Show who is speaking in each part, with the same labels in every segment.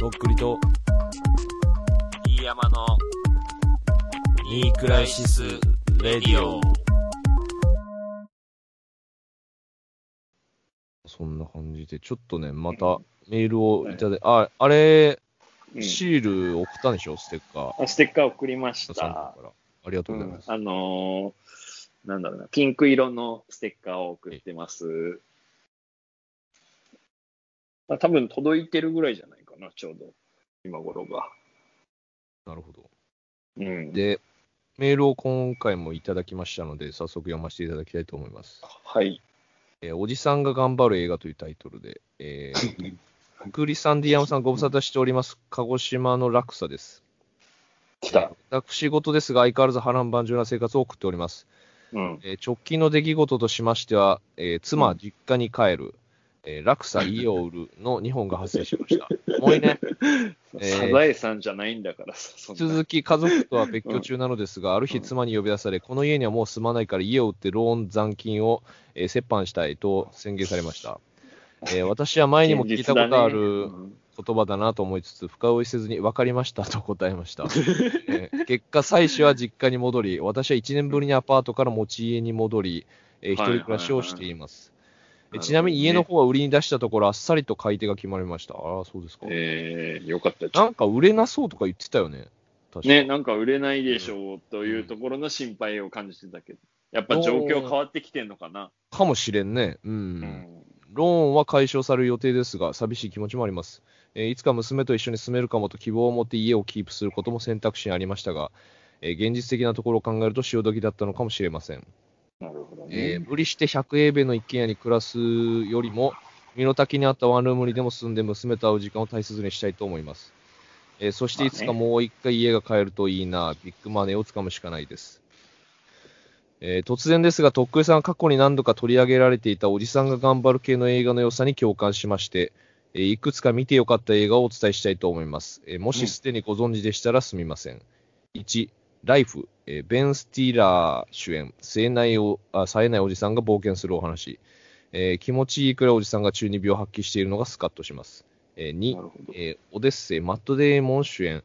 Speaker 1: とっくりと、
Speaker 2: 飯山の、ニークライシス・レディオ。
Speaker 1: そんな感じで、ちょっとね、またメールをいただいあ、あれ、
Speaker 3: うん
Speaker 1: シール送ったんでしょ、ステッカー。
Speaker 3: あステッカー送りまし
Speaker 1: さんの
Speaker 3: た
Speaker 1: 方。から。ありがとうございます。
Speaker 3: あのーなんだろうな、ピンク色のステッカーを送ってます。まあ、多分届いてるぐらいじゃないかな、ちょうど、今頃が。
Speaker 1: なるほど。
Speaker 3: うん、
Speaker 1: で、メールを今回もいただきましたので、早速読ませていただきたいと思います。
Speaker 3: はい。
Speaker 1: えーおじさんが頑張る映画というタイトルで、え ー、くりさん、ディアムさん、ご無沙汰しております。鹿児島の落差です。
Speaker 3: 来た。
Speaker 1: 私事ですが、相変わらず波乱万丈な生活を送っております。
Speaker 3: うん。
Speaker 1: えー直近の出来事としましては、えー妻、
Speaker 3: うん
Speaker 1: 実家に帰る、えー落差、家を売るの2本が発生しました。もういね、えー
Speaker 3: サザエさんじゃないんだからさ、そんな
Speaker 1: 続き、家族とは別居中なのですが、ある日、妻に呼び出され、この家にはもう住まないから家を売ってローン残金を、えー折半したいと宣言されました。えー私は前にも聞いたことある
Speaker 3: 現実だね
Speaker 1: 言葉だなと思いつつ、深追いせずに分かりましたと 答えました。えー結果、妻子は実家に戻り、私は1年ぶりにアパートから持ち家に戻り、えー一
Speaker 3: はいはい
Speaker 1: 人暮らしをしています。
Speaker 3: はい
Speaker 1: えちなみに
Speaker 3: な
Speaker 1: 家
Speaker 3: るほどね
Speaker 1: の方は売りに出したところ、あっさりと買い手が決まりました。ああ、そうですか
Speaker 3: うん。えー、よかった。
Speaker 1: なんか売れなそうとか言ってたよね。確か
Speaker 3: ね、なんか売れないでしょうというところの心配を感じてたけど、やっぱ状況変わってきてんのかな。
Speaker 1: かもしれんね。う。
Speaker 3: うんん
Speaker 1: ローンは解消される予定ですが、寂しい気持ちもあります。えーいつか娘と一緒に住めるかもと希望を持って家をキープすることも選択肢にありましたが、えー現実的なところを考えると潮時だったのかもしれません。
Speaker 3: なるほどね。
Speaker 1: えー無理して100平米の一軒家に暮らすよりも、身の丈に合ったワンルームにでも住んで娘と会う時間を大切にしたいと思います。えーそしていつかもう一回家が買えるといいな、ビッグマネーをつかむしかないです。えー突然ですが、とっくりさんは過去に何度か取り上げられていたおじさんが頑張る系の映画の良さに共感しまして、えーいくつか見てよかった映画をお伝えしたいと思います。えーもしすでにご存知でしたらすみません。1、ライフ、えーベン・スティーラー主演、冴えないおあ冴えないおじさんが冒険するお話、えー気持ちいいくらいおじさんが中二病を発揮しているのがスカッとします。えー2
Speaker 3: なるほど、
Speaker 1: えーオデッセイ、マット・デーモン主演、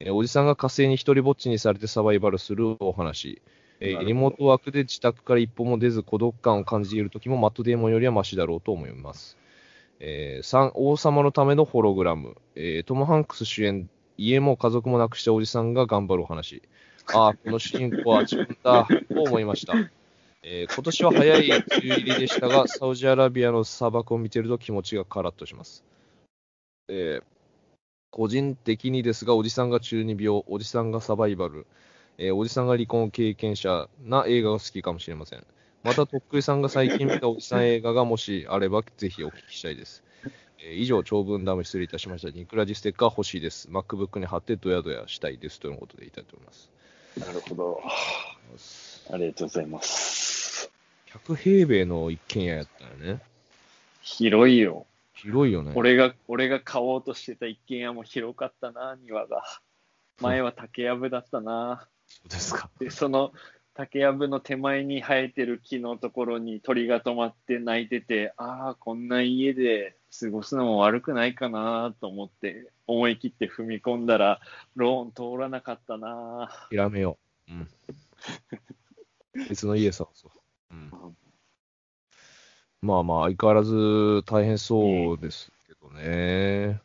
Speaker 1: えーおじさんが火星に一人ぼっちにされてサバイバルするお話、えー
Speaker 3: なるほど
Speaker 1: リモートワークで自宅から一歩も出ず孤独感を感じている時もマット・デーモンよりはマシだろうと思います。えー3、王様のためのホログラム、えートム・ハンクス主演、家も家族もなくしたおじさんが頑張るお 話、ああ、この主人公は自分だ、と思いました。えー今年は早い梅雨入りでしたが、サウジアラビアの砂漠を見てると気持ちがカラッとします。えー個人的にですが、おじさんが中二病、おじさんがサバイバル、えーおじさんが離婚経験者な映画が好きかもしれません。また、とっくりさんが最近見たおじさん映画がもしあれば、ぜひお聞きしたいです。えー以上、長文ダム失礼いたしました。ニクラジステッカー欲しいです。MacBook に貼ってドヤドヤしたいです。ということでいただいております。
Speaker 3: なるほど。ありがとうございます。
Speaker 1: 100平米の一軒家やったよね。
Speaker 3: 広いよ。
Speaker 1: 広いよね。
Speaker 3: 俺が、俺が買おうとしてた一軒家も広かったな、庭が。前は竹やぶだったな。
Speaker 1: そうですか。
Speaker 3: で、その竹やぶの手前に生えてる木のところに鳥が止まって鳴いてて、ああ、こんな家で過ごすのも悪くないかなと思って、思い切って踏み込んだら、ローン通らなかったな。
Speaker 1: ひらめよう。うん。別の家探そう。うん。まあまあ、相変わらず大変そうですけどね。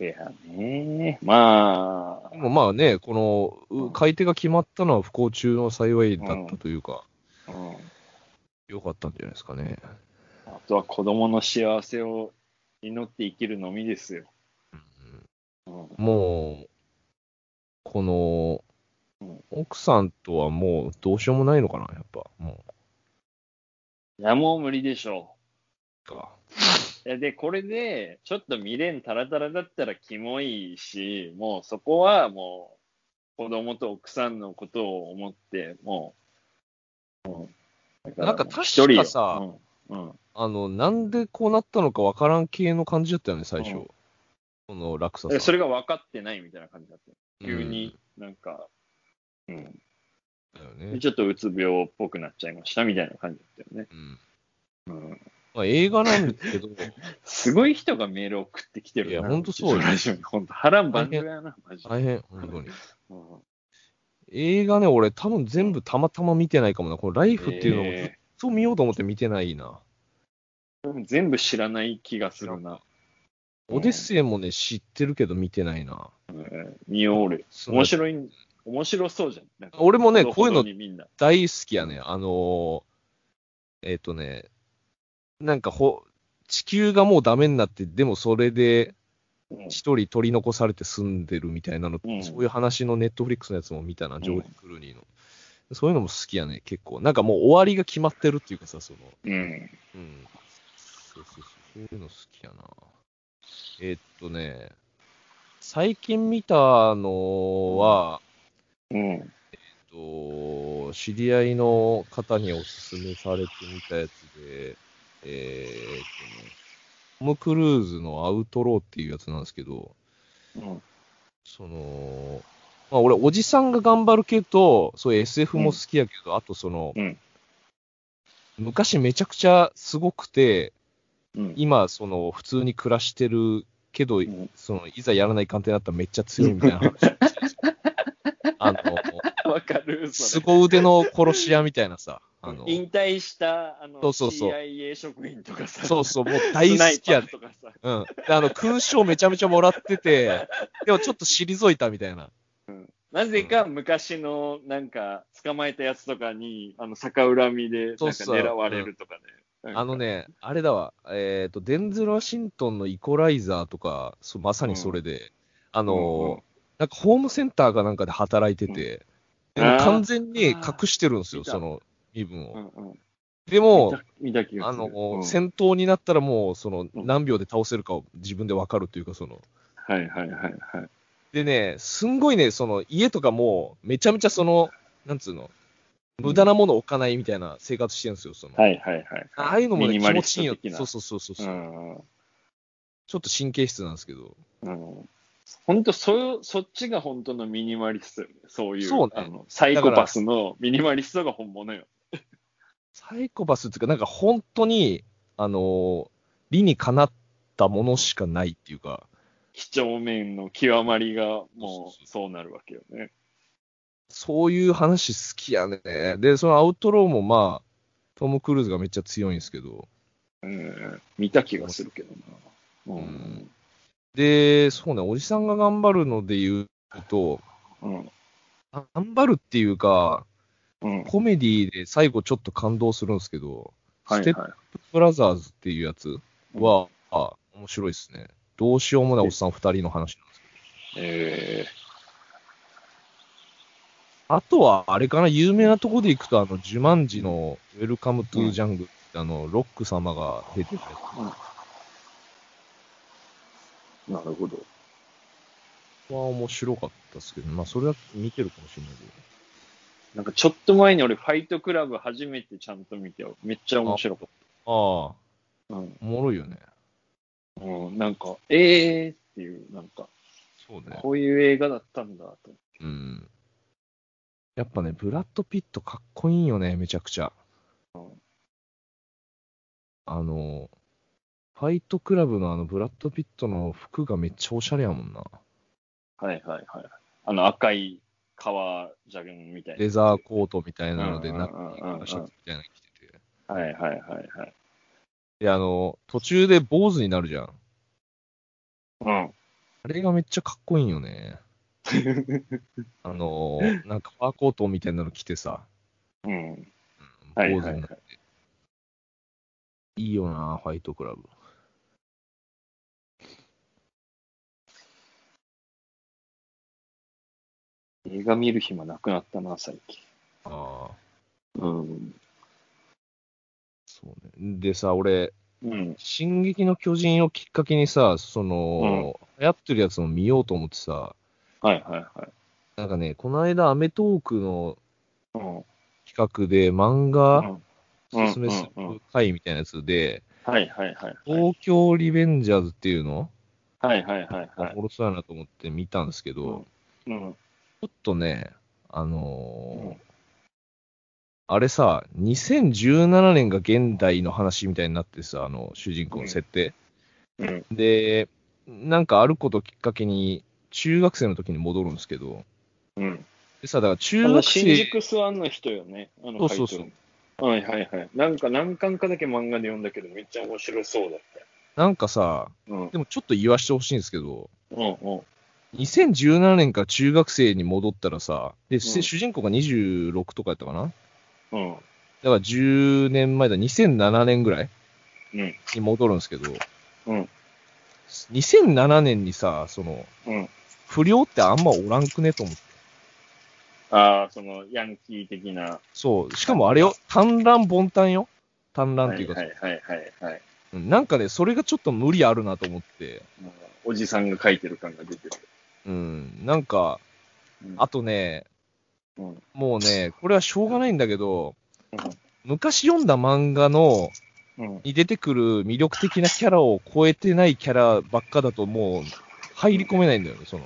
Speaker 3: いやね。まあ
Speaker 1: で、もまあね、この、
Speaker 3: う
Speaker 1: うん買い手が決まったのは不幸中の幸いだったというか、
Speaker 3: うん
Speaker 1: 良かったんじゃないですかね。
Speaker 3: あとは子供の幸せを祈って生きるのみですよ。
Speaker 1: うん
Speaker 3: うん
Speaker 1: もう、この
Speaker 3: うん、
Speaker 1: 奥さんとはもうどうしようもないのかな、やっぱ。も
Speaker 3: いや、もう無理でしょ
Speaker 1: うか。
Speaker 3: う。いやで、これで、ちょっと未練タラタラだったらキモいし、もうそこはもう、子供と奥さんのことを思って、もう、うんだら
Speaker 1: なんか確か
Speaker 3: 一人よ
Speaker 1: さ、
Speaker 3: うんうん
Speaker 1: あの、なんでこうなったのかわからん系の感じだったよね、最初。
Speaker 3: うん
Speaker 1: この落差
Speaker 3: だ
Speaker 1: さん。
Speaker 3: からそれが分かってないみたいな感じだった。急に、なんか、うん
Speaker 1: うん。だよ
Speaker 3: で
Speaker 1: ね。
Speaker 3: ちょっとうつ病っぽくなっちゃいましたみたいな感じだったよね。
Speaker 1: うん。
Speaker 3: うん
Speaker 1: まあ、映画なんです けど、
Speaker 3: すごい人がメール送ってきてる
Speaker 1: いやほんとそうよ
Speaker 3: よ。ラジオに本当波乱万丈やな、マジで。
Speaker 1: 大変、本当に。
Speaker 3: うん
Speaker 1: 映画ね、俺多分全部たまたま見てないかもな。このライフっていうのをずっ
Speaker 3: え
Speaker 1: と見ようと思って見てないな。
Speaker 3: ー全部知らない気がするな。
Speaker 1: オデッセイもね、知ってるけど見てないな。
Speaker 3: 見よう俺。
Speaker 1: そう
Speaker 3: 面白い、面白そうじゃん。なんか
Speaker 1: 俺もね、こういうの
Speaker 3: ほどほどにみんな。
Speaker 1: 大好きやね。あのーえっ、とね、なんかほ、地球がもうダメになって、でもそれで
Speaker 3: うん
Speaker 1: 一人取り残されて住んでるみたいなの、
Speaker 3: うん
Speaker 1: そういう話のネットフリックスのやつも見たな、ジョージ
Speaker 3: う・
Speaker 1: クルーニーの。そういうのも好きやね、結構。なんかもう終わりが決まってるっていうかさ、その、
Speaker 3: うん。
Speaker 1: うん。そうそうそう、そういうの好きやな。えっとね、最近見たのは、
Speaker 3: うん。
Speaker 1: えっと、知り合いの方におすすめされてみたやつで、えーっとね、トム・クルーズのアウトローっていうやつなんですけど、
Speaker 3: うん。
Speaker 1: その、まあ俺、おじさんが頑張る系と、そういう SF も好きやけど、あとその、
Speaker 3: うん
Speaker 1: 昔めちゃくちゃすごくて、
Speaker 3: うん。
Speaker 1: 今、その、普通に暮らしてるけど、
Speaker 3: ん
Speaker 1: その、いざやらない鑑定になったらめっちゃ強いみたい な話をしてたあの、
Speaker 3: わかるそれ
Speaker 1: 凄腕の殺し屋みたいなさ、あの、
Speaker 3: 引退した、あの、
Speaker 1: そうそうそう
Speaker 3: CIA 職員とかさ、
Speaker 1: そうそう、もう大
Speaker 3: スナ
Speaker 1: 好
Speaker 3: イ
Speaker 1: き
Speaker 3: パ
Speaker 1: や
Speaker 3: ー
Speaker 1: で。
Speaker 3: とかさ。
Speaker 1: うん。であの、勲章めちゃめちゃもらってて、でもちょっと退いたみたいな。
Speaker 3: なぜか昔のなんか捕まえたやつとかにあの逆恨みでなんか
Speaker 1: そうそう
Speaker 3: 狙われるとかね。 なんか
Speaker 1: あの、ね、あれだわ、えっ、と、デンゼル・ワシントンのイコライザーとか、そうまさにそれで、あのー
Speaker 3: うんうん
Speaker 1: なんかホームセンターかなんかで働いてて、
Speaker 3: うん
Speaker 1: でも
Speaker 3: あー
Speaker 1: 完全に隠してるんですよ、
Speaker 3: 見た
Speaker 1: その身分
Speaker 3: う
Speaker 1: を。
Speaker 3: んうん、
Speaker 1: で
Speaker 3: 見
Speaker 1: も、
Speaker 3: た見た気が
Speaker 1: あ
Speaker 3: する。
Speaker 1: のー
Speaker 3: うん
Speaker 1: 戦闘になったらもう、その、
Speaker 3: うん
Speaker 1: 何秒で倒せるかを自分で分かるというか、その、
Speaker 3: はいはいはいはい。
Speaker 1: でね、すんごいね、その家とかも、めちゃめちゃその、なんつうの、無駄なもの置かないみたいな生活してるんですよ、その。
Speaker 3: はいはいはい。
Speaker 1: ああいうのも、
Speaker 3: ミ
Speaker 1: ね、
Speaker 3: ニ
Speaker 1: 気
Speaker 3: マ
Speaker 1: 持
Speaker 3: リ
Speaker 1: ち
Speaker 3: ス
Speaker 1: いい
Speaker 3: ト
Speaker 1: よ
Speaker 3: 的。な
Speaker 1: そうそうそうそう。う
Speaker 3: うんうん
Speaker 1: ちょっと神経質なんですけど。
Speaker 3: うん本当そ、そっちが本当のミニマリストよね。そういう
Speaker 1: そうね
Speaker 3: あのサイコパスのミニマリストが本物よ。
Speaker 1: サイコパスっていうか、なんか本当に、あのー理にかなったものしかないっていうか、
Speaker 3: 几帳面の極まりがもうそうなるわけよね。
Speaker 1: そういう話好きやね。で、そのアウトローもまあ、トム・クルーズがめっちゃ強いんですけど。
Speaker 3: うん、見た気がするけどな。うん。
Speaker 1: で、そうね、おじさんが頑張るので言うと、
Speaker 3: うん。
Speaker 1: 頑張るっていうか、
Speaker 3: うん。
Speaker 1: コメディで最後ちょっと感動するんですけど、
Speaker 3: はい
Speaker 1: ステッ
Speaker 3: はい。
Speaker 1: プブラザーズっていうやつは、あ面白いですね。どうしようもないおっさん二人の話なんですけ
Speaker 3: え
Speaker 1: ど。あとは、あれかな、有名なとこで行くと、あの、ジュマンジのウェルカムトゥジャングルって、あの、ロック様が出てるや
Speaker 3: ー、なるほど。
Speaker 1: つは面白かったですけど、まあ、それは見てるかもしれないけど。
Speaker 3: なんかちょっと前に俺、ファイトクラブ初めてちゃんと見て、めっちゃ面白かっ
Speaker 1: ああ、
Speaker 3: た。うん。
Speaker 1: おもろいよね。
Speaker 3: うん、なんか、ええー、っていう、なんか、
Speaker 1: そうね。
Speaker 3: こういう映画だったんだと。
Speaker 1: うん。やっぱね、ブラッド・ピットかっこいいよね、めちゃくちゃ。
Speaker 3: うん
Speaker 1: あの、ファイトクラブのあの、ブラッド・ピットの服がめっちゃおしゃれやもんな。
Speaker 3: はいはいはい。あの赤い革ジャケンみたいな。
Speaker 1: レザーコートみたいなので、
Speaker 3: うん
Speaker 1: 中
Speaker 3: うんうんう
Speaker 1: に
Speaker 3: ん
Speaker 1: シャツみたいなの着てて。
Speaker 3: はいはいはいはい。
Speaker 1: で、あの、途中で坊主になるじゃん。
Speaker 3: うん。
Speaker 1: あれがめっちゃかっこいいよ ね。あの、なんかパーコートみたいなの着てさ、
Speaker 3: うん。
Speaker 1: うん
Speaker 3: はい
Speaker 1: 坊
Speaker 3: は
Speaker 1: 主
Speaker 3: い
Speaker 1: にな
Speaker 3: は
Speaker 1: って。
Speaker 3: い。
Speaker 1: いいよな、ファイトクラブ。
Speaker 3: 映画見る暇なくなったな、最近。
Speaker 1: ああ、
Speaker 3: うん。
Speaker 1: そうね。でさ、俺、
Speaker 3: うん。
Speaker 1: 進撃の巨人をきっかけにさ、その、流行ってるやつも見ようと思ってさ、
Speaker 3: はいはいはい。
Speaker 1: なんかね、この間、アメトークの
Speaker 3: うん。
Speaker 1: 企画で漫画
Speaker 3: うん
Speaker 1: おすすめす
Speaker 3: うんうんうん
Speaker 1: る会みたいなやつで、
Speaker 3: はいはいはい。
Speaker 1: 東京リベンジャーズっていうの、
Speaker 3: はいはいはいはい。
Speaker 1: おろそうやなと思って見たんですけど、
Speaker 3: うん。
Speaker 1: ちょっとね、あのー
Speaker 3: うん
Speaker 1: あれさ、2017年が現代の話みたいになってさ、あの、主人公の設定。
Speaker 3: うん。
Speaker 1: で、なんかあることきっかけに、中学生の時に戻るんですけど、
Speaker 3: うん。
Speaker 1: でさ、だから中
Speaker 3: あの、
Speaker 1: 学
Speaker 3: 新
Speaker 1: 生、
Speaker 3: 宿スワンの人よね。あの、
Speaker 1: そうそうそう
Speaker 3: 書いてるはいはいはい。なんか何巻かだけ漫画で読んだけど、めっちゃ面白そうだっ
Speaker 1: なんかさ、
Speaker 3: た。うん。
Speaker 1: でもちょっと言わしてほしいんですけど、
Speaker 3: うんうん。
Speaker 1: 2017年から中学生に戻ったらさ、で、せ
Speaker 3: うん
Speaker 1: 主人公が26とかやったかなだか
Speaker 3: うん。
Speaker 1: ら10年前だ、2007年ぐらい
Speaker 3: うん
Speaker 1: に戻るんですけど、
Speaker 3: うん。
Speaker 1: 2007年にさ、その、
Speaker 3: うん。
Speaker 1: 不良ってあんまおらんくねと思って。
Speaker 3: ああ、その、ヤンキー的な。
Speaker 1: そう、しかもあれよ、単乱凡単よ。単乱っていうか、
Speaker 3: はいはいはいはい、はい
Speaker 1: うんなんかね、それがちょっと無理あるなと思って、
Speaker 3: うんおじさんが書いてる感が出てる。
Speaker 1: うん、なんか、
Speaker 3: うん
Speaker 1: あとね、
Speaker 3: うん
Speaker 1: もうね、これはしょうがないんだけど
Speaker 3: うん、
Speaker 1: 昔読んだ漫画の、
Speaker 3: うん。
Speaker 1: に出てくる魅力的なキャラを超えてないキャラばっかだともう入り込めないんだよね、その。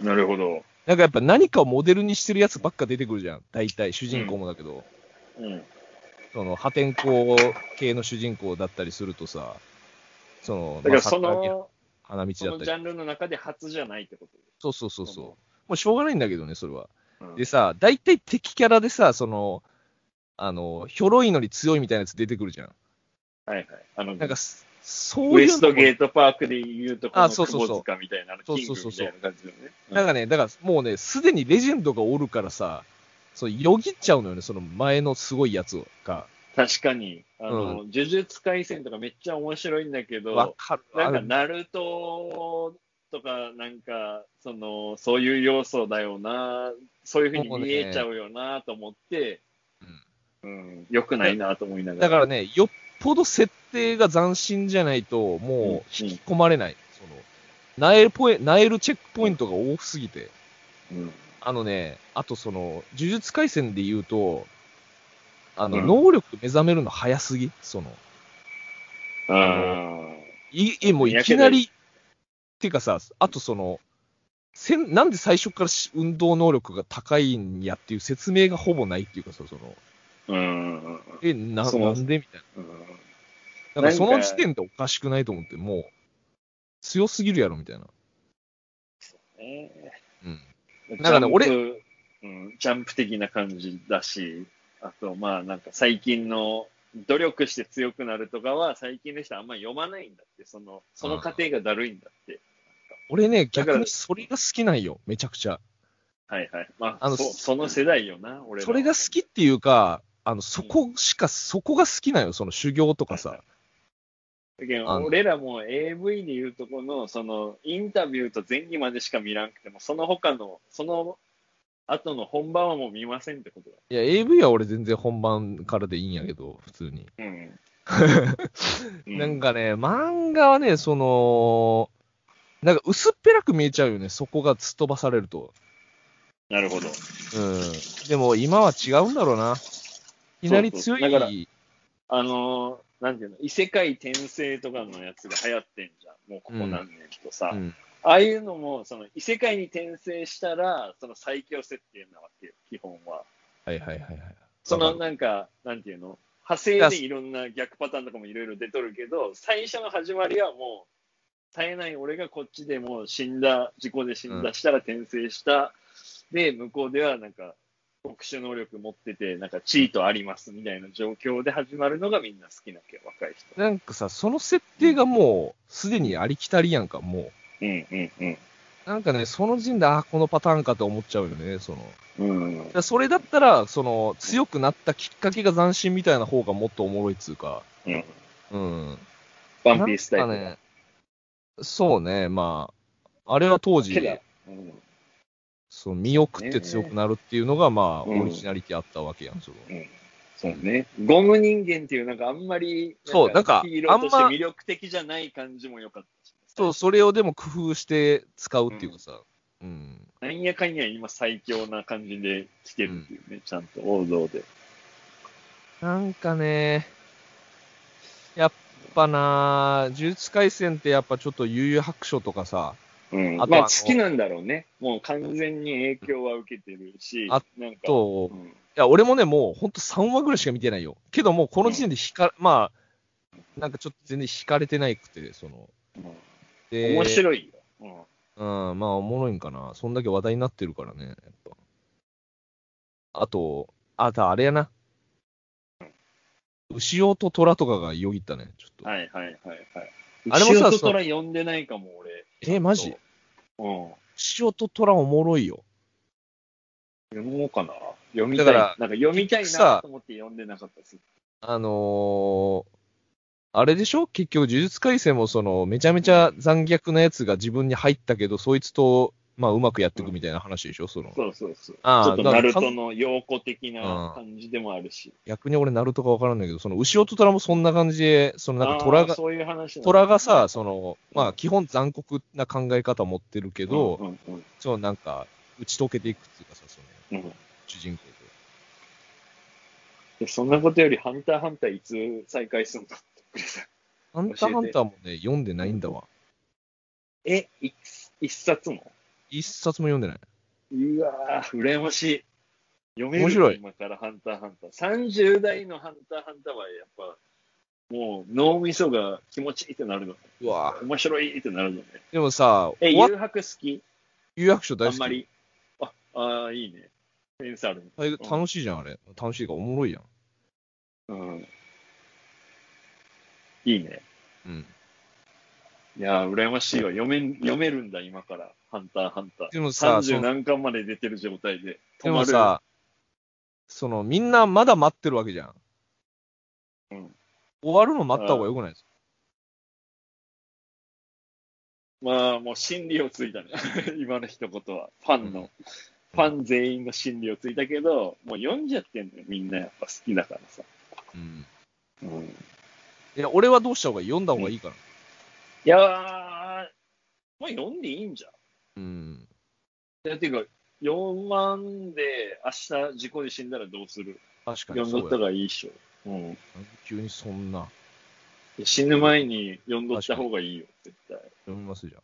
Speaker 3: なるほど。
Speaker 1: なんかやっぱ何かをモデルにしてるやつばっか出てくるじゃん。大体、主人公もだけど。
Speaker 3: うん。
Speaker 1: その破天荒系の主人公だったりするとさ、その、
Speaker 3: だから
Speaker 1: まあ
Speaker 3: そ
Speaker 1: 桜木
Speaker 3: の、
Speaker 1: 花道
Speaker 3: そ
Speaker 1: だっ
Speaker 3: のジ
Speaker 1: たり。
Speaker 3: ャンルの中で初じゃないってこと
Speaker 1: そうそうそうそう。もうしょうがないんだけどね、それは。
Speaker 3: うん
Speaker 1: でさ、大体敵キャラでさ、その、あの、ひょろいのに強いみたいなやつ出てくるじゃん。
Speaker 3: はいはい。あの、
Speaker 1: なんかす、そういうのも
Speaker 3: ウエストゲートパークで言うとこ
Speaker 1: あ
Speaker 3: の
Speaker 1: そうそうそう
Speaker 3: 窪塚みたいな、あの
Speaker 1: そ
Speaker 3: キ
Speaker 1: う
Speaker 3: ン
Speaker 1: そう
Speaker 3: グ
Speaker 1: そう
Speaker 3: み
Speaker 1: そ
Speaker 3: た
Speaker 1: う
Speaker 3: いな感じだよね。
Speaker 1: なんかね、だからもうね、すでにレジェンドがおるからさ、そう、よぎっちゃうのよね、その前のすごいやつが。
Speaker 3: 確かに、あの、呪術廻戦とかめっちゃ面白いんだけ
Speaker 1: わ
Speaker 3: ど、
Speaker 1: かる。
Speaker 3: なん
Speaker 1: あ
Speaker 3: か、
Speaker 1: る
Speaker 3: ナルトとか、なんか、その、そういう要素だよな、そういうふうに見えちゃうよなと思って、うん、良くないなと思いながら。
Speaker 1: だからね、よっぽど設定が斬新じゃないと、もう引き込まれない。そのナエルポエ、ナエルチェックポイントが多すぎて。
Speaker 3: うん、
Speaker 1: あのね、あとその、呪術廻戦で言うと、あの、
Speaker 3: うん
Speaker 1: 能力目覚めるの早すぎその、
Speaker 3: あ
Speaker 1: い、いもういきなり、てかさ、あとその、せんなんで最初からし運動能力が高いんやっていう説明がほぼないっていうかさ、その、
Speaker 3: ーうん。
Speaker 1: え、な
Speaker 3: そう
Speaker 1: なんでみたいな。
Speaker 3: うん
Speaker 1: だからそ
Speaker 3: なん
Speaker 1: の
Speaker 3: か
Speaker 1: 時点でおかしくないと思って、もう、強すぎるやろ、みたいな。
Speaker 3: えー
Speaker 1: うん。な
Speaker 3: なんん
Speaker 1: かね
Speaker 3: かね、
Speaker 1: 俺
Speaker 3: 俺、うん、ジャンプ的な感じだし、あと、まあ、なんか最近の努力して強くなるとかは、最近の人あんま読まないんだって、その、その過程がだるいんだって。
Speaker 1: 俺ね、
Speaker 3: だから
Speaker 1: 逆にそれが好きなんよ、めちゃくちゃ。
Speaker 3: はいはい。まあ、
Speaker 1: あの
Speaker 3: そその世代よな、俺らは
Speaker 1: それが好きっていうか、あの、そこしか、そこが好きなんよ、その修行とかさ。
Speaker 3: だけど
Speaker 1: あの
Speaker 3: 俺らも AV でいうとこの、その、インタビューと前儀までしか見らんくても、その他の、その、後の本番はもう見ませんってことだ。
Speaker 1: いや、AV は俺全然本番からでいいんやけど、普通に。
Speaker 3: うん。う
Speaker 1: なんかね、漫画はね、その、なんか薄っぺらく見えちゃうよね、そこが突っ飛ばされると。
Speaker 3: なるほ
Speaker 1: う
Speaker 3: ど。
Speaker 1: ん。でも今は違うんだろうな。いきなり強い。
Speaker 3: そうそうだからあのーなんていうの、異世界転生とかのやつが流行ってんじゃん、もうここ何年とさ。
Speaker 1: うん
Speaker 3: ああいうのも、その異世界に転生したら、その最強設定なわけよ、基本は。
Speaker 1: はいはいはいはい。
Speaker 3: そ
Speaker 1: わ
Speaker 3: の
Speaker 1: かる
Speaker 3: なんか、なんていうの、派生でいろんな逆パターンとかもいろいろ出とるけど、最初の始まりはもう、冴えない俺がこっちでもう死んだ、事故で死ん
Speaker 1: う
Speaker 3: だしたら転生した、で、向こうではなんか、特殊能力持ってて、なんかチートありますみたいな状況で始まるのがみんな好きなわけよ、若い人。
Speaker 1: なんかさ、その設定がもう、すでにありきたりやんか、も
Speaker 3: うんうんうん。
Speaker 1: う。なんかね、その時点で、あーこのパターンかと思っちゃうよね、その。
Speaker 3: うん
Speaker 1: だからそれだったら、その、強くなったきっかけが斬新みたいな方がもっとおもろいっつうか。
Speaker 3: うん、
Speaker 1: うん。
Speaker 3: ワンピースタイ
Speaker 1: な
Speaker 3: プ
Speaker 1: ん
Speaker 3: だ
Speaker 1: かね。そうね、まあ、あれは当時
Speaker 3: け、どうん
Speaker 1: その身を食って強くなるっていうのが、まあ、
Speaker 3: うん
Speaker 1: オリジナリティあったわけやん、その。
Speaker 3: そうね。ゴム人間っていう、なんかあんまり、
Speaker 1: そうなんか
Speaker 3: ヒーローとして
Speaker 1: あんま
Speaker 3: 魅力的じゃない感じも良かったし。
Speaker 1: そう、それをでも工夫して使うっていうかさ。うん。
Speaker 3: なんやかんや今最強な感じで来てるっていうね、ちゃんと王道で。
Speaker 1: なんかね、やっぱな、呪術廻戦ってやっぱちょっと悠々白書とかさ、
Speaker 3: うん。
Speaker 1: あと
Speaker 3: ま
Speaker 1: あ
Speaker 3: あ
Speaker 1: の
Speaker 3: 好きなんだろうね。もう完全に影響は受けてるし、
Speaker 1: あ
Speaker 3: なんか、
Speaker 1: と
Speaker 3: う、ん
Speaker 1: や、俺もね、もうほんと3話ぐらいしか見てないよ。けどもうこの時点で引か、まあ、なんかちょっと全然引かれてないくて、その、
Speaker 3: うん
Speaker 1: で
Speaker 3: 面白いよ。
Speaker 1: うん、まあおもろいんかな。そんだけ話題になってるからね、やっぱ。あと、あとあれやな。牛尾と虎とかがよぎったね、ちょっ
Speaker 3: う
Speaker 1: と。
Speaker 3: ん、はいはいはいはい。
Speaker 1: あれも
Speaker 3: 牛
Speaker 1: さ
Speaker 3: 尾と虎呼んでないかも、俺。
Speaker 1: え、マジ
Speaker 3: うん。
Speaker 1: 牛尾と虎おもろいよ。
Speaker 3: 読もうかな。読み
Speaker 1: だ
Speaker 3: たい。
Speaker 1: か
Speaker 3: なん
Speaker 1: ら
Speaker 3: か読みたいなと思って読んでなかったです。
Speaker 1: あのー、あれでしょ結局、呪術廻戦もその、めちゃめちゃ残虐なやつが自分に入ったけど、そいつと、まあ、うまくやっていくみたいな話でしょその、
Speaker 3: そうそうそう。ち
Speaker 1: ああ
Speaker 3: ょっとナルト
Speaker 1: だ
Speaker 3: の陽子的な感じでもあるし。
Speaker 1: 逆に俺、ナルトかわからんだけど、その、牛尾と虎もそんな感じで、その、なんか
Speaker 3: あ
Speaker 1: 虎
Speaker 3: ー
Speaker 1: が、
Speaker 3: そういう話なんだ
Speaker 1: 虎がさ、その、まあ、基本残酷な考え方を持ってるけど、
Speaker 3: うんうんうん
Speaker 1: そのなんか、打ち解けていくっていうかさ、その、
Speaker 3: うん
Speaker 1: 主人公で。
Speaker 3: でそんなことより、ハンターハンターいつ再開するの
Speaker 1: ハンターハンターもね、読んでないんだわ。
Speaker 3: え、い一冊も
Speaker 1: 一冊も読んでない。
Speaker 3: うわぁ、羨ましい。読める
Speaker 1: 面白い
Speaker 3: 今からハンターハンター。30代のハンターハンターはやっぱ、もう脳みそが気持ちいいってなるの。
Speaker 1: うわぁ
Speaker 3: 面白いってなるのね。
Speaker 1: でもさ、
Speaker 3: え、
Speaker 1: 終わっ
Speaker 3: 誘白好き
Speaker 1: 有役所大
Speaker 3: あ
Speaker 1: 好
Speaker 3: ん
Speaker 1: き。
Speaker 3: まり。あ、あーいいね。センスあるね。
Speaker 1: あれ楽しいじゃん、あれ。楽しいか、おもろいやん。
Speaker 3: うん。いいね。
Speaker 1: うん。
Speaker 3: いやー、羨ましいわ。読めん、読めるんだ、今から。ハンターハンター。
Speaker 1: でもさ、そ
Speaker 3: 30
Speaker 1: の
Speaker 3: 何巻まで出てる状態で。
Speaker 1: で
Speaker 3: 止ま
Speaker 1: も
Speaker 3: る。
Speaker 1: さ、その、みんなまだ待ってるわけじゃん。
Speaker 3: うん。
Speaker 1: 終わるの待った方がよくないですか
Speaker 3: まあ、もう心理をついたね。 今の一言は。ファンの、
Speaker 1: うん
Speaker 3: ファン全員の心理をついたけど、もう読んじゃってんのよ。みんなやっぱ好きだからさ。
Speaker 1: うん。
Speaker 3: うん、い
Speaker 1: いや、俺はどうした方がいい読んだ方がいいから。
Speaker 3: やー、まあ読んでいいんじゃん。
Speaker 1: うん。
Speaker 3: いやていうか、4万で明日事故で死んだらどうする
Speaker 1: 確か
Speaker 3: 読
Speaker 1: に
Speaker 3: ん
Speaker 1: そうや
Speaker 3: どった方がいいっしょ。うん、
Speaker 1: 急にそんな。
Speaker 3: 死ぬ前に読んどった方がいいよ、絶対。
Speaker 1: 読みますじゃん。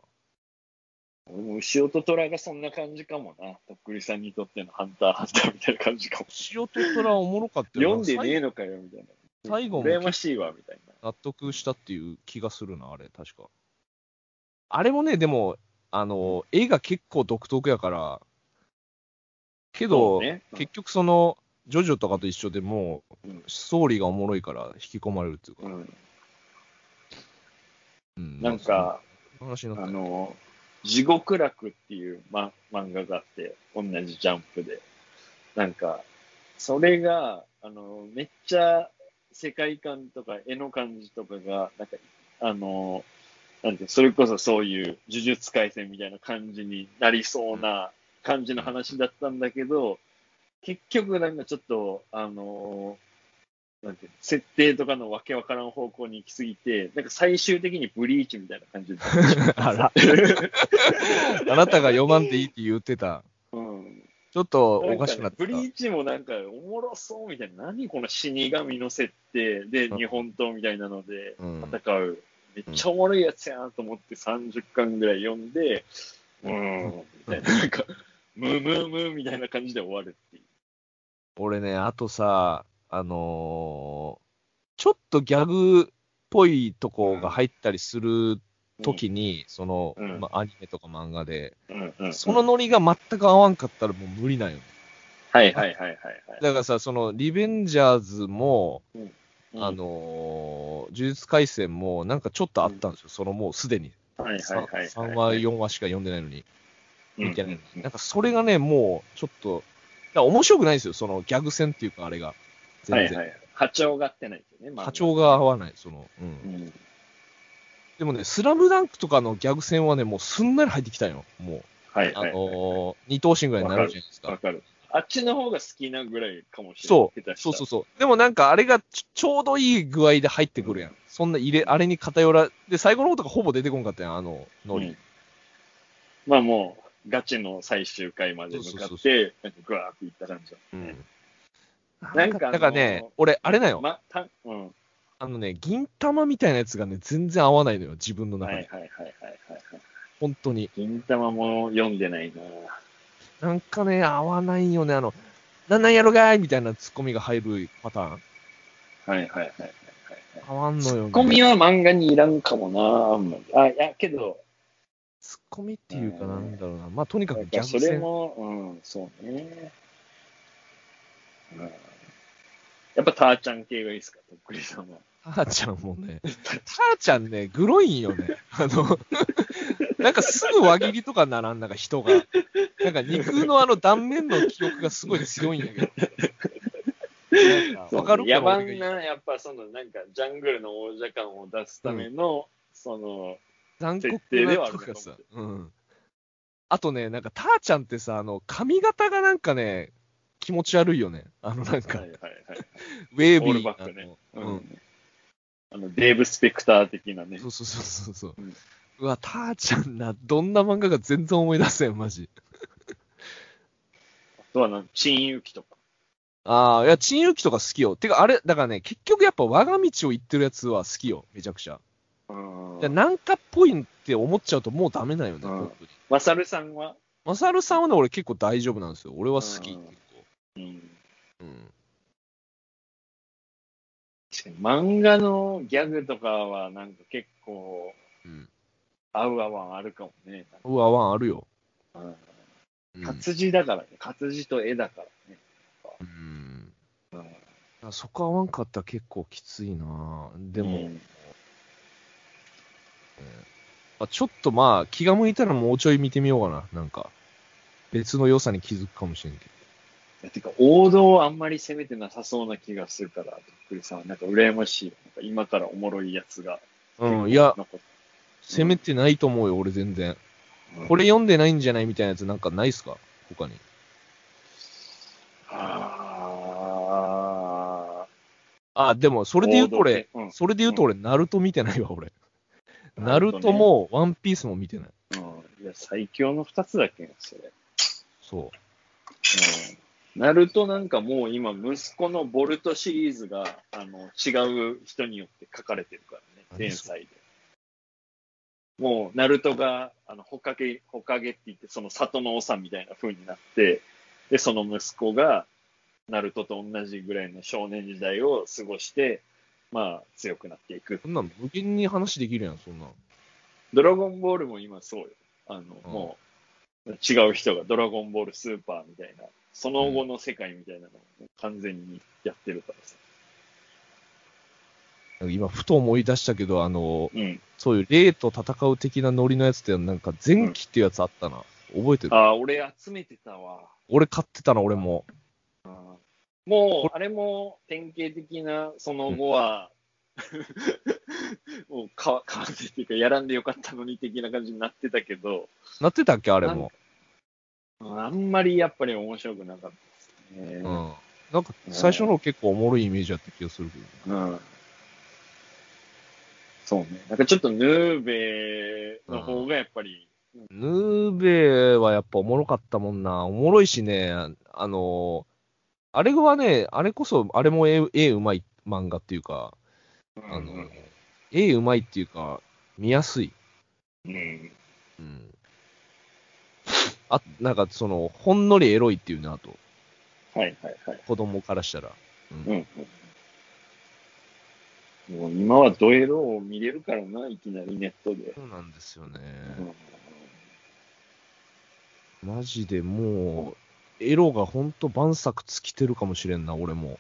Speaker 3: 俺も牛尾と虎がそんな感じかもな。とっくりさんにとってのハンターハンターみたいな感じかも。
Speaker 1: 塩と虎おもろかった
Speaker 3: 読ん
Speaker 1: よ
Speaker 3: でねえのかよ、みたいな。
Speaker 1: 最後も
Speaker 3: 羨ましいわ、みたいな。
Speaker 1: 納得したっていう気がするな、あれ、確か。あれもね、でも、あの、絵が結構独特やから、け
Speaker 3: そ
Speaker 1: ど、
Speaker 3: うね
Speaker 1: 結局その、ジョジョとかと一緒でもう
Speaker 3: うん、
Speaker 1: ストーリーがおもろいから引き込まれるっていう
Speaker 3: う
Speaker 1: か。
Speaker 3: ん、
Speaker 1: うん
Speaker 3: なん、か、
Speaker 1: そんな話にな
Speaker 3: あ
Speaker 1: ったね。
Speaker 3: の、地獄楽っていう、ま、漫画があって、同じジャンプで。なんか、それが、あの、めっちゃ世界観とか絵の感じとかが、なんか、あの、なんていうそれこそそういう呪術廻戦みたいな感じになりそうな感じの話だったんだけど、結局なんかちょっと、あのなんていうの設定とかのわけわからん方向に行き過ぎて、なんか最終的にブリーチみたいな感じになってしまっ た
Speaker 1: あらあなたが読まんでいいって言ってた。
Speaker 3: うん
Speaker 1: ちょっと
Speaker 3: なん
Speaker 1: おかしくな
Speaker 3: ね
Speaker 1: っ、て
Speaker 3: ブ
Speaker 1: た。
Speaker 3: リーチもなんかおもろそうみたいな、何この死神の設定で
Speaker 1: うん
Speaker 3: 日本刀みたいなので
Speaker 1: うん
Speaker 3: 戦う、めっちゃおもろいやつやなと思って30巻ぐらい読んで、うーん、みたいな、なんか、ムムムみたいな感じで終わるっていう。
Speaker 1: 俺ね、あとさ、あのーちょっとギャグっぽいとこが入ったりする時に、その、
Speaker 3: うん
Speaker 1: まあ、アニメとか漫画で、
Speaker 3: うんうんうん
Speaker 1: そのノリが全く合わんかったらもう無理なんよね。
Speaker 3: はいはいはいはいはい。
Speaker 1: だからさ、その、リベンジャーズも、あ
Speaker 3: うん、
Speaker 1: のー呪術廻戦も、なんかちょっとあったんですよ。そのもうすでに
Speaker 3: はいはいはいはい、
Speaker 1: 3話、4話しか読んでないのに。
Speaker 3: うん
Speaker 1: みたいな
Speaker 3: うん
Speaker 1: なんかそれがね、もう、ちょっと、だから面白くないんですよ。そのギャグ戦っていうか、あれが。全
Speaker 3: はい
Speaker 1: 然。
Speaker 3: はい。波長が合ってないですよね、まあ
Speaker 1: 波長が合わない。その、うん
Speaker 3: うん
Speaker 1: でもね、スラムダンクとかのギャグ戦はね、もうすんなり入ってきたよ。もう、
Speaker 3: はい
Speaker 1: あ
Speaker 3: はい、はい。
Speaker 1: のー二等身ぐらいになるじゃないです
Speaker 3: わ
Speaker 1: か。
Speaker 3: かる。あっちの方が好きなぐらいかもしれな
Speaker 1: そ。
Speaker 3: い下
Speaker 1: う、
Speaker 3: 手した
Speaker 1: そう
Speaker 3: ら
Speaker 1: そうそう。でもなんかあれがちちょうどいい具合で入ってくるやん。そんな入れ、あれに偏ら、で、最後の方とかほぼ出てこんかったやん、あの、ノ
Speaker 3: う
Speaker 1: リ
Speaker 3: ん。まあもう、ガチの最終回まで向か
Speaker 1: そうそう
Speaker 3: っ
Speaker 1: そ
Speaker 3: て、なんかグワーっていった感じだ。
Speaker 1: うん
Speaker 3: なんかあのー
Speaker 1: だからね、俺、あれなんよ。
Speaker 3: ま、た、うん。
Speaker 1: あのね、銀玉みたいなやつがね、全然合わないのよ、自分の
Speaker 3: は
Speaker 1: 中
Speaker 3: い
Speaker 1: に。
Speaker 3: はいはいはいはい。
Speaker 1: 本当に。
Speaker 3: 銀玉も読んでないな
Speaker 1: なんかね、合わないよね、あの、なんなんやろがーいみたいなツッコミが入るパターン。
Speaker 3: はいはいはい。
Speaker 1: 変わんのよ、ね。
Speaker 3: ツッコミは漫画にいらんかもな、あんまり。あ、いや、けど、
Speaker 1: ツッコミっていうかなんだろうな。まあ、とにか
Speaker 3: な
Speaker 1: く
Speaker 3: ん
Speaker 1: ギ
Speaker 3: か
Speaker 1: ャ
Speaker 3: そ
Speaker 1: グ
Speaker 3: れ
Speaker 1: 戦。
Speaker 3: も、うん、そうね。うん、やっぱターちゃん系がいいですか、とっくりさんは。
Speaker 1: ターちゃんもね、ターちゃんね、グロいんよね。あの、なんかすぐ輪切りとかならん、なんか人が。なんか肉のあの断面の記憶がすごい強いんやけど。なんか、わかる
Speaker 3: 野
Speaker 1: これ俺が言
Speaker 3: 蛮
Speaker 1: う
Speaker 3: な、やっぱその、なんか、ジャングルの王者感を出すための、その、
Speaker 1: 残酷
Speaker 3: 設定で
Speaker 1: な
Speaker 3: はあ
Speaker 1: と
Speaker 3: る
Speaker 1: か
Speaker 3: かも
Speaker 1: さ。うん。あとね、なんか、ターちゃんってさ、あの、髪型がなんかね、気持ち悪いよね。あの、なんか
Speaker 3: はい、はいはい。
Speaker 1: ウェービ
Speaker 3: オー
Speaker 1: ー
Speaker 3: ル
Speaker 1: な
Speaker 3: バックね。
Speaker 1: あ
Speaker 3: う
Speaker 1: のうん。
Speaker 3: ん。あの、デーブ・スペクター的なね
Speaker 1: そ。うそうそうそうそう。う
Speaker 3: うん
Speaker 1: わ、ターちゃんな、どんな漫画か全然思い出せん、マジ。
Speaker 3: あとはなんか、陳勇気とか。
Speaker 1: ああ、いや、陳勇気とか好きよ。てか、あれ、だからね、結局やっぱ我が道を行ってるやつは好きよ、めちゃくちゃ。
Speaker 3: うん
Speaker 1: じゃなんかっぽいって思っちゃうともうダメなんよね、
Speaker 3: うん
Speaker 1: 本当に。
Speaker 3: マサルさんは、
Speaker 1: マサルさんはね、俺結構大丈夫なんですよ。俺は好き、
Speaker 3: うん
Speaker 1: 結
Speaker 3: うん、
Speaker 1: 構。うん。
Speaker 3: 確かに漫画のギャグとかはなんか結構
Speaker 1: うん。
Speaker 3: 合う合わんあるかもね。
Speaker 1: うわ、ワンあるよ。
Speaker 3: うん
Speaker 1: うん。
Speaker 3: 活字だからね。活字と絵だからね。
Speaker 1: うん
Speaker 3: うん
Speaker 1: いやそこ合わんかったら結構きついなでも、
Speaker 3: うん
Speaker 1: あちょっとまあ、気が向いたらもうちょい見てみようかな。なんか、別の良さに気づくかもしれんけど。
Speaker 3: てか、王道をあんまり攻めてなさそうな気がするから、とっくりさんはなんか羨ましいよ。なんか今からおもろいやつが。
Speaker 1: うん、いや、
Speaker 3: なんか
Speaker 1: 攻めてないと思うよ、俺全然。
Speaker 3: うん
Speaker 1: これ読んでないんじゃないみたいなやつなんかないっすか他に。
Speaker 3: あ
Speaker 1: あ、でも、それで言うと俺、
Speaker 3: 王道系うん
Speaker 1: それで言うと俺、ナルト見てないわ、俺。
Speaker 3: ー
Speaker 1: ナルト。も、ワンピースも見てない。
Speaker 3: なるほどねうん、いや最強の二つだっけな、それ。
Speaker 1: そ
Speaker 3: うんナルトなんかもう今、息子のボルトシリーズがあの違う人によって書かれてるからね、
Speaker 1: 何
Speaker 3: 連
Speaker 1: そ
Speaker 3: 載で。もう、ナルトが、あの、ほかげ、ほかげって言って、その里の長みたいな風になって、で、その息子が、ナルトと同じぐらいの少年時代を過ごして、まあ、強くなっていく
Speaker 1: う。そんなん無限に話できるやん、そんなん。
Speaker 3: ドラゴンボールも今そうよ。あの、
Speaker 1: うん
Speaker 3: もう、違う人がドラゴンボールスーパーみたいな、その後の世界みたいなのを完全にやってるからさ。
Speaker 1: なんか今、ふと思い出したけど、あの、
Speaker 3: うん。
Speaker 1: そういう霊と戦う的なノリのやつって、なんか前期っていうやつあったな。覚えてる
Speaker 3: ああ、俺集めてたわ。
Speaker 1: 俺買ってたな、俺も。
Speaker 3: あーもう、あれも典型的な、その後は、 もうか、かわせっていうか、やらんでよかったのに的な感じになってたけど、
Speaker 1: なってたっけ、あれも。
Speaker 3: あんまりやっぱり面白くなかったですね。
Speaker 1: うん。なんか、最初の方結構おもろいイメージだった気がするけど。
Speaker 3: うんそうね。なんかちょっとヌーベの方がやっぱり、
Speaker 1: ヌーベはやっぱおもろかったもんな。おもろいしね、あの、あれはね、あれこそ、あれも絵絵うまい漫画っていうか、あの、
Speaker 3: うん
Speaker 1: 絵うまいっていうか、見やすい。
Speaker 3: うん。
Speaker 1: うん。あ、なんかその、ほんのりエロいっていうね、あと、
Speaker 3: はいはいはい。
Speaker 1: 子供からしたら。うん
Speaker 3: うん、うん。もう今はドエロを見れるからな、いきなりネットで。
Speaker 1: そうなんですよね。
Speaker 3: うん
Speaker 1: マジでもう、エロがほんと晩作尽きてるかもしれんな、俺 も。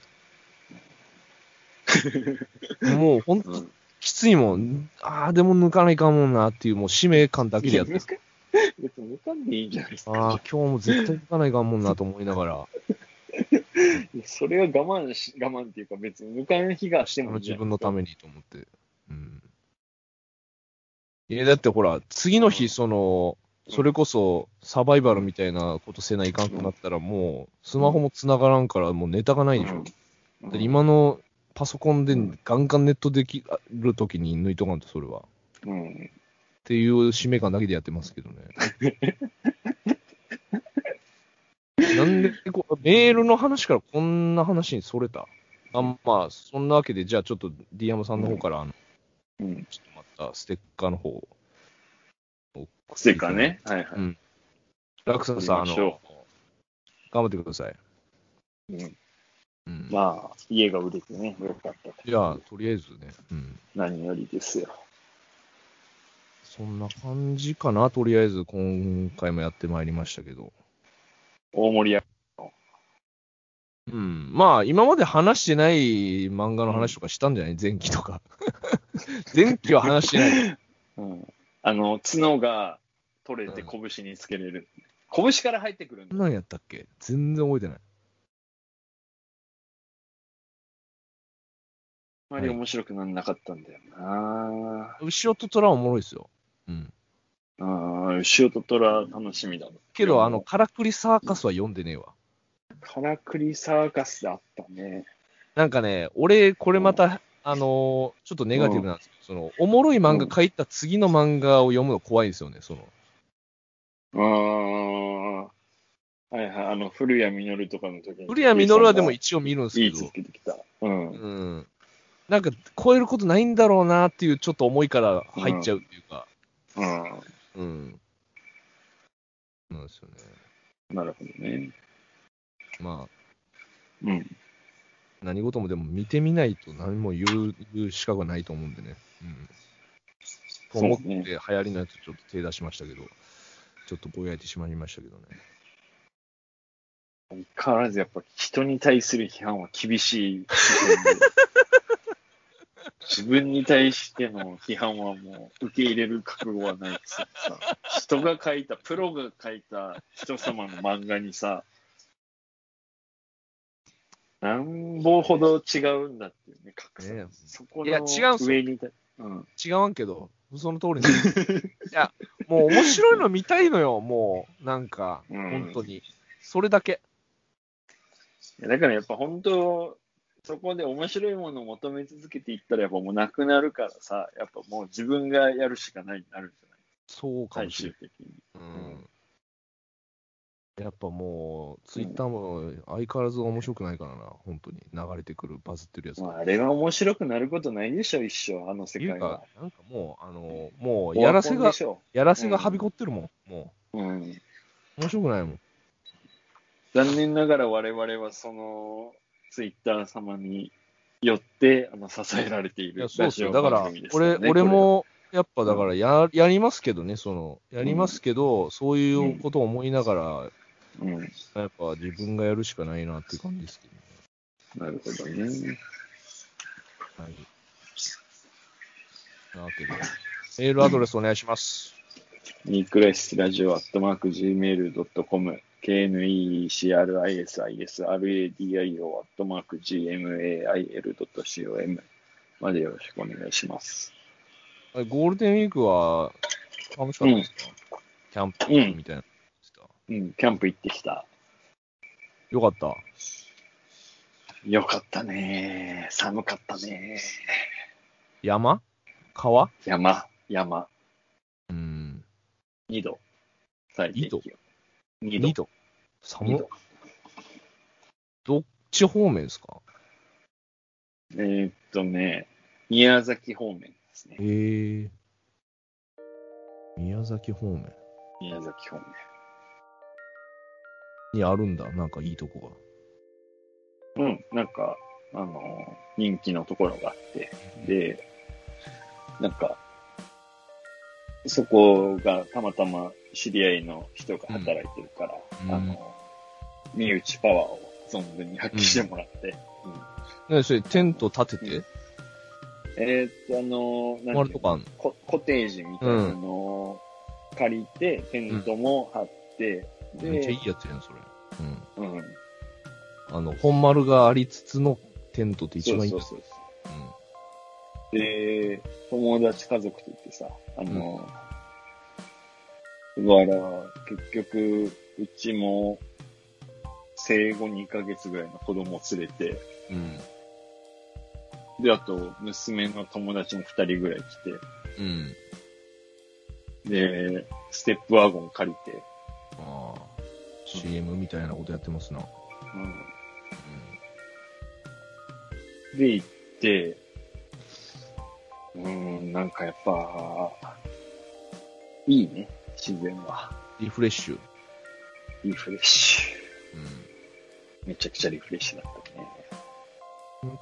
Speaker 1: もうほんと
Speaker 3: うん
Speaker 1: きついもん。ああ、でも抜かないかもなっていう、もう使命感だけでやってる。
Speaker 3: 別に抜かんでいいんじゃないです
Speaker 1: ああ
Speaker 3: か。、
Speaker 1: 今日も絶対抜かないかもなと思いなが ら、
Speaker 3: それは我慢し、我慢っていうか別に抜かん日がして
Speaker 1: あの
Speaker 3: もいいんじ
Speaker 1: 自
Speaker 3: ゃない
Speaker 1: 分のためにと思って。うん。いや、だってほら、次の日、その、それこそサバイバルみたいなことせないかんくなったら、もう、スマホも繋がらんから、もうネタがないでしょ。
Speaker 3: うん
Speaker 1: で今のパソコンでガンガンネットできるときに抜いとかんと、それは。っ
Speaker 3: うん。
Speaker 1: ていう使命感だけでやってますけどね。 なんでこう、メールの話からこんな話にそれたあまあ、そんなわけで、じゃあちょっと D 山さんの方から、あの
Speaker 3: うん。
Speaker 1: ちょっとまたステッカーの方を。
Speaker 3: ステッカーね。はいはい。
Speaker 1: うん。ラクサさん、あの、
Speaker 3: 送りましょ
Speaker 1: 頑張ってください。
Speaker 3: うん、
Speaker 1: うん
Speaker 3: まあ、家が売れてね、よかったと。
Speaker 1: じゃあ、とりあえずね、うん、
Speaker 3: 何よりですよ。
Speaker 1: そんな感じかな、とりあえず今回もやってまいりましたけど。
Speaker 3: 大盛り上が
Speaker 1: うん、まあ、今まで話してない漫画の話とかしたんじゃない前期とか。 前期は話してない。
Speaker 3: り、うん、あの、角が取れて拳につけれる。拳から入ってくるんだ。
Speaker 1: 何やったっけ全然覚えてない。
Speaker 3: あまり面白くなんなかったんだよな。
Speaker 1: 後ろと虎はおもろいですよ。うん。
Speaker 3: うん、後ろと虎楽しみだね
Speaker 1: けど、あの、、カラクリサーカスは読んでねえわ。
Speaker 3: カラクリサーカスだったね。
Speaker 1: なんかね、俺、これまた、あのーちょっとネガティブなんですけど、その、おもろい漫画書いた次の漫画を読むの怖いんですよね、その。
Speaker 3: ああ、はいはい、あの、古谷実とかの時に。
Speaker 1: 古谷実はでも
Speaker 3: い
Speaker 1: 一応見るんです
Speaker 3: い
Speaker 1: け
Speaker 3: 続
Speaker 1: ど、
Speaker 3: けてきた。うん。
Speaker 1: うん。なんか、超えることないんだろうなっていう、ちょっと思いから入っちゃうっていうか、
Speaker 3: うん。
Speaker 1: うん。そうなんですよね。
Speaker 3: なるほどね。
Speaker 1: まあ、
Speaker 3: うん。
Speaker 1: 何事もでも見てみないと何も言う言う資格はないと思うんでね。うん。と思って、
Speaker 3: そうね
Speaker 1: 流行りのやつちょっと手出しましたけど、ちょっとぼやいてしまいましたけどね。
Speaker 3: 相変わらずやっぱ人に対する批判は厳しい。自分に対しての批判はもう受け入れる覚悟はないくせにさ、人が書いた、プロが書いた人様の漫画にさ、なんぼほど違うんだっていうね、格差。
Speaker 1: ねえ
Speaker 3: そこの
Speaker 1: いや違うんすよ
Speaker 3: 上にたうん。
Speaker 1: 違わんけど、その通りです。 いや、もう面白いの見たいのよ、もう、なんか、
Speaker 3: うん
Speaker 1: 本当に。それだけ。
Speaker 3: いやだからやっぱ本当、そこで面白いものを求め続けていったら、やっぱもうなくなるからさ、やっぱもう自分がやるしかないになるんじゃない
Speaker 1: そうかも
Speaker 3: 最
Speaker 1: しれ
Speaker 3: 終
Speaker 1: ない。
Speaker 3: 的に。
Speaker 1: うん、やっぱもう、ツイッターも相変わらず面白くないからな、本当に。流れてくる、バズってるやつ
Speaker 3: まあ、あれが面白くなることないでしょ、一生、あの世
Speaker 1: い
Speaker 3: 界
Speaker 1: うか
Speaker 3: は。、
Speaker 1: なんかもう、あの、もう、やらせ
Speaker 3: オワコン
Speaker 1: が
Speaker 3: で、しょ
Speaker 1: やらせがはびこってるもん。も
Speaker 3: うん。
Speaker 1: う、面白くないもん。
Speaker 3: 残念ながら我々はその、ツイッター様によって、あの、支えられてい
Speaker 1: い
Speaker 3: る
Speaker 1: や、そう
Speaker 3: ラ
Speaker 1: っす
Speaker 3: ジ
Speaker 1: よ。
Speaker 3: オ
Speaker 1: だから
Speaker 3: 番組で、すよ
Speaker 1: 俺、
Speaker 3: ね
Speaker 1: 俺、も、やっぱだからや、やりますけどね、その、やりますけど、そういうことを思いながら、
Speaker 3: これはうん。
Speaker 1: やっぱ自分がやるしかないなっていう感じですけどね。
Speaker 3: なるほどね。
Speaker 1: はい。なわけで、メールアドレスお願いします。
Speaker 3: ニークライスラジオアットマーク Gmail.com KNECRISISRADIO アットマーク GMAIL.com までよろしくお願いします。
Speaker 1: あれゴールデンウィークは楽しかったですか、キャンプみたいなのしてた、
Speaker 3: うん、キャンプ行ってきた。
Speaker 1: よかった。
Speaker 3: よかったね。寒かったね。
Speaker 1: 山川
Speaker 3: 山、山、
Speaker 1: うん。
Speaker 3: 2度。最低気温。2度
Speaker 1: 二。度。寒
Speaker 3: 二
Speaker 1: っ
Speaker 3: 度
Speaker 1: どっち方面ですか
Speaker 3: えーっとね、宮崎方面ですね
Speaker 1: へ。え宮崎方面
Speaker 3: 宮崎方面。
Speaker 1: にあるんだ、なんかいいとこ
Speaker 3: うん、なんか、あの、人気のところがあって、で、なんか、そこがたまたま知り合いの人が働いてるから、
Speaker 1: うん
Speaker 3: あの、身内パワーを存分に発揮してもらって、
Speaker 1: が。ね、それテント立てて、
Speaker 3: えーっと、あの、
Speaker 1: 泊
Speaker 3: な
Speaker 1: ま
Speaker 3: ん
Speaker 1: る
Speaker 3: てい
Speaker 1: と
Speaker 3: う
Speaker 1: かあんの
Speaker 3: のココテージみたいなのを借りて、テントも張って、
Speaker 1: めっちゃい
Speaker 3: で、
Speaker 1: いやつやん、それ。うん。
Speaker 3: うん、
Speaker 1: あの、本丸がありつつのテントって一番いい。
Speaker 3: そううそうそうそう。で、友達家族と言ってさ、あの、だから、結局、うちも、生後2ヶ月ぐらいの子供を連れて、
Speaker 1: ん。うん。
Speaker 3: で、あと、娘の友達も2人ぐらい来
Speaker 1: うん。
Speaker 3: て、で、ステップワゴン借りて、
Speaker 1: ああ、CM みたいなことやってますな。
Speaker 3: う、
Speaker 1: うん
Speaker 3: で、行って、うん、なんかやっぱ、いいね、自然は。
Speaker 1: ん、リフレッシュ。
Speaker 3: リフレッシュ。
Speaker 1: うん
Speaker 3: めちゃくちゃリフレッシュだったね。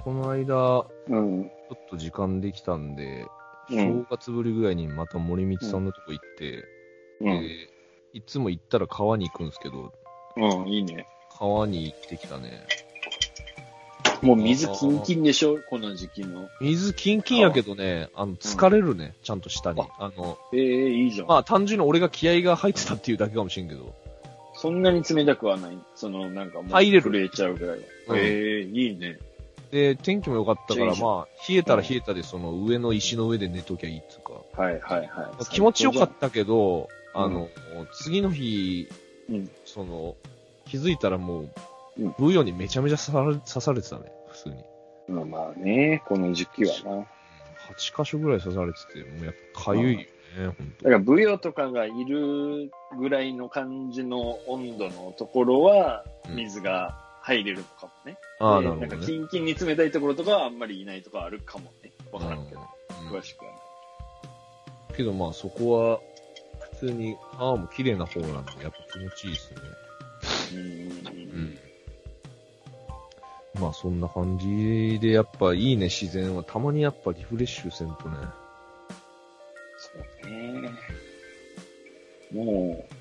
Speaker 1: この間、ちょ
Speaker 3: うん。
Speaker 1: っと時間できたんで、
Speaker 3: うん
Speaker 1: 正月ぶりぐらいにまた森道さんのとこ行って、
Speaker 3: うん。
Speaker 1: でいつも行ったら川に行くんですけど、
Speaker 3: うん、いいね。
Speaker 1: 川に行ってきたね。
Speaker 3: もう水キンキンでしょこの時期の。
Speaker 1: 水キンキンやけどね、あの、疲れるね、ちゃんと下に。あの、
Speaker 3: ええいいじゃん。
Speaker 1: まあ単純に俺が気合が入ってたっていうだけかもしれんけど、
Speaker 3: そんなに冷たくはない。その、なんかもう、
Speaker 1: 入れる
Speaker 3: 震えちゃうぐらいは。
Speaker 1: うん
Speaker 3: ええいいね。
Speaker 1: で、天気も良かったから、
Speaker 3: いいじゃん
Speaker 1: まあ、冷えたら冷えたで、その上の石の上で寝ときゃいいっていうか、
Speaker 3: はいはいは
Speaker 1: まあ
Speaker 3: い。
Speaker 1: 気持ちよかったけど、
Speaker 3: うん
Speaker 1: あの、次の日、
Speaker 3: うん
Speaker 1: その、気づいたらもう、
Speaker 3: うん
Speaker 1: ブヨにめちゃめちゃ刺され刺されてたね、普通に。
Speaker 3: た。まあまあね、この時期はな。
Speaker 1: 8箇所ぐらい刺されてて、もうやっぱかゆいよね、ほん
Speaker 3: だから、ブヨとかがいるぐらいの感じの温度のところは、
Speaker 1: うん
Speaker 3: 水が入れるのかもね。
Speaker 1: ああ、
Speaker 3: で
Speaker 1: なるほど
Speaker 3: んか、
Speaker 1: ね。
Speaker 3: キンキンに冷たいところとかはあんまりいないとかあるかもね。わからんけど、
Speaker 1: うんう
Speaker 3: 詳
Speaker 1: ん
Speaker 3: しくはね。
Speaker 1: けどまあそこは、普通に川も綺麗な方なんで、やっぱ気持ちいいですね。
Speaker 3: うん。
Speaker 1: まあそんな感じで、やっぱいいね、自然は。たまにやっぱリフレッシュせんとね。
Speaker 3: そうね。もう、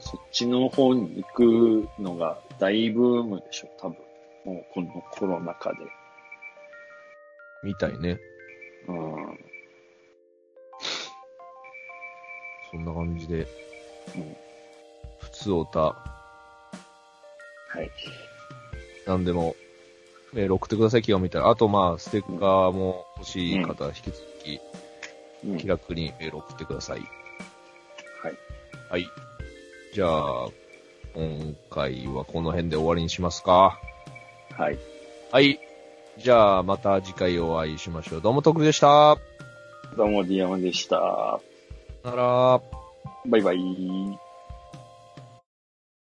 Speaker 3: そっちの方に行くのが大ブームでしょ、多分。もうこのコロナ禍で。
Speaker 1: みたいね。
Speaker 3: うん。うん
Speaker 1: そんな感じで、普通おた、
Speaker 3: はい。
Speaker 1: なんでも、メール送ってください、気が向いたら。あとまあ、ステッカーも欲しい方、引き続き、
Speaker 3: うん
Speaker 1: 気楽にメール送ってください。
Speaker 3: はい。
Speaker 1: はい。じゃあ、今回はこの辺で終わりにしますか。
Speaker 3: はい。
Speaker 1: はい。じゃあ、また次回お会いしましょう。どうも、とくるでした。
Speaker 3: どうも、ディアマでした。
Speaker 1: さよなら。
Speaker 3: バイバイ。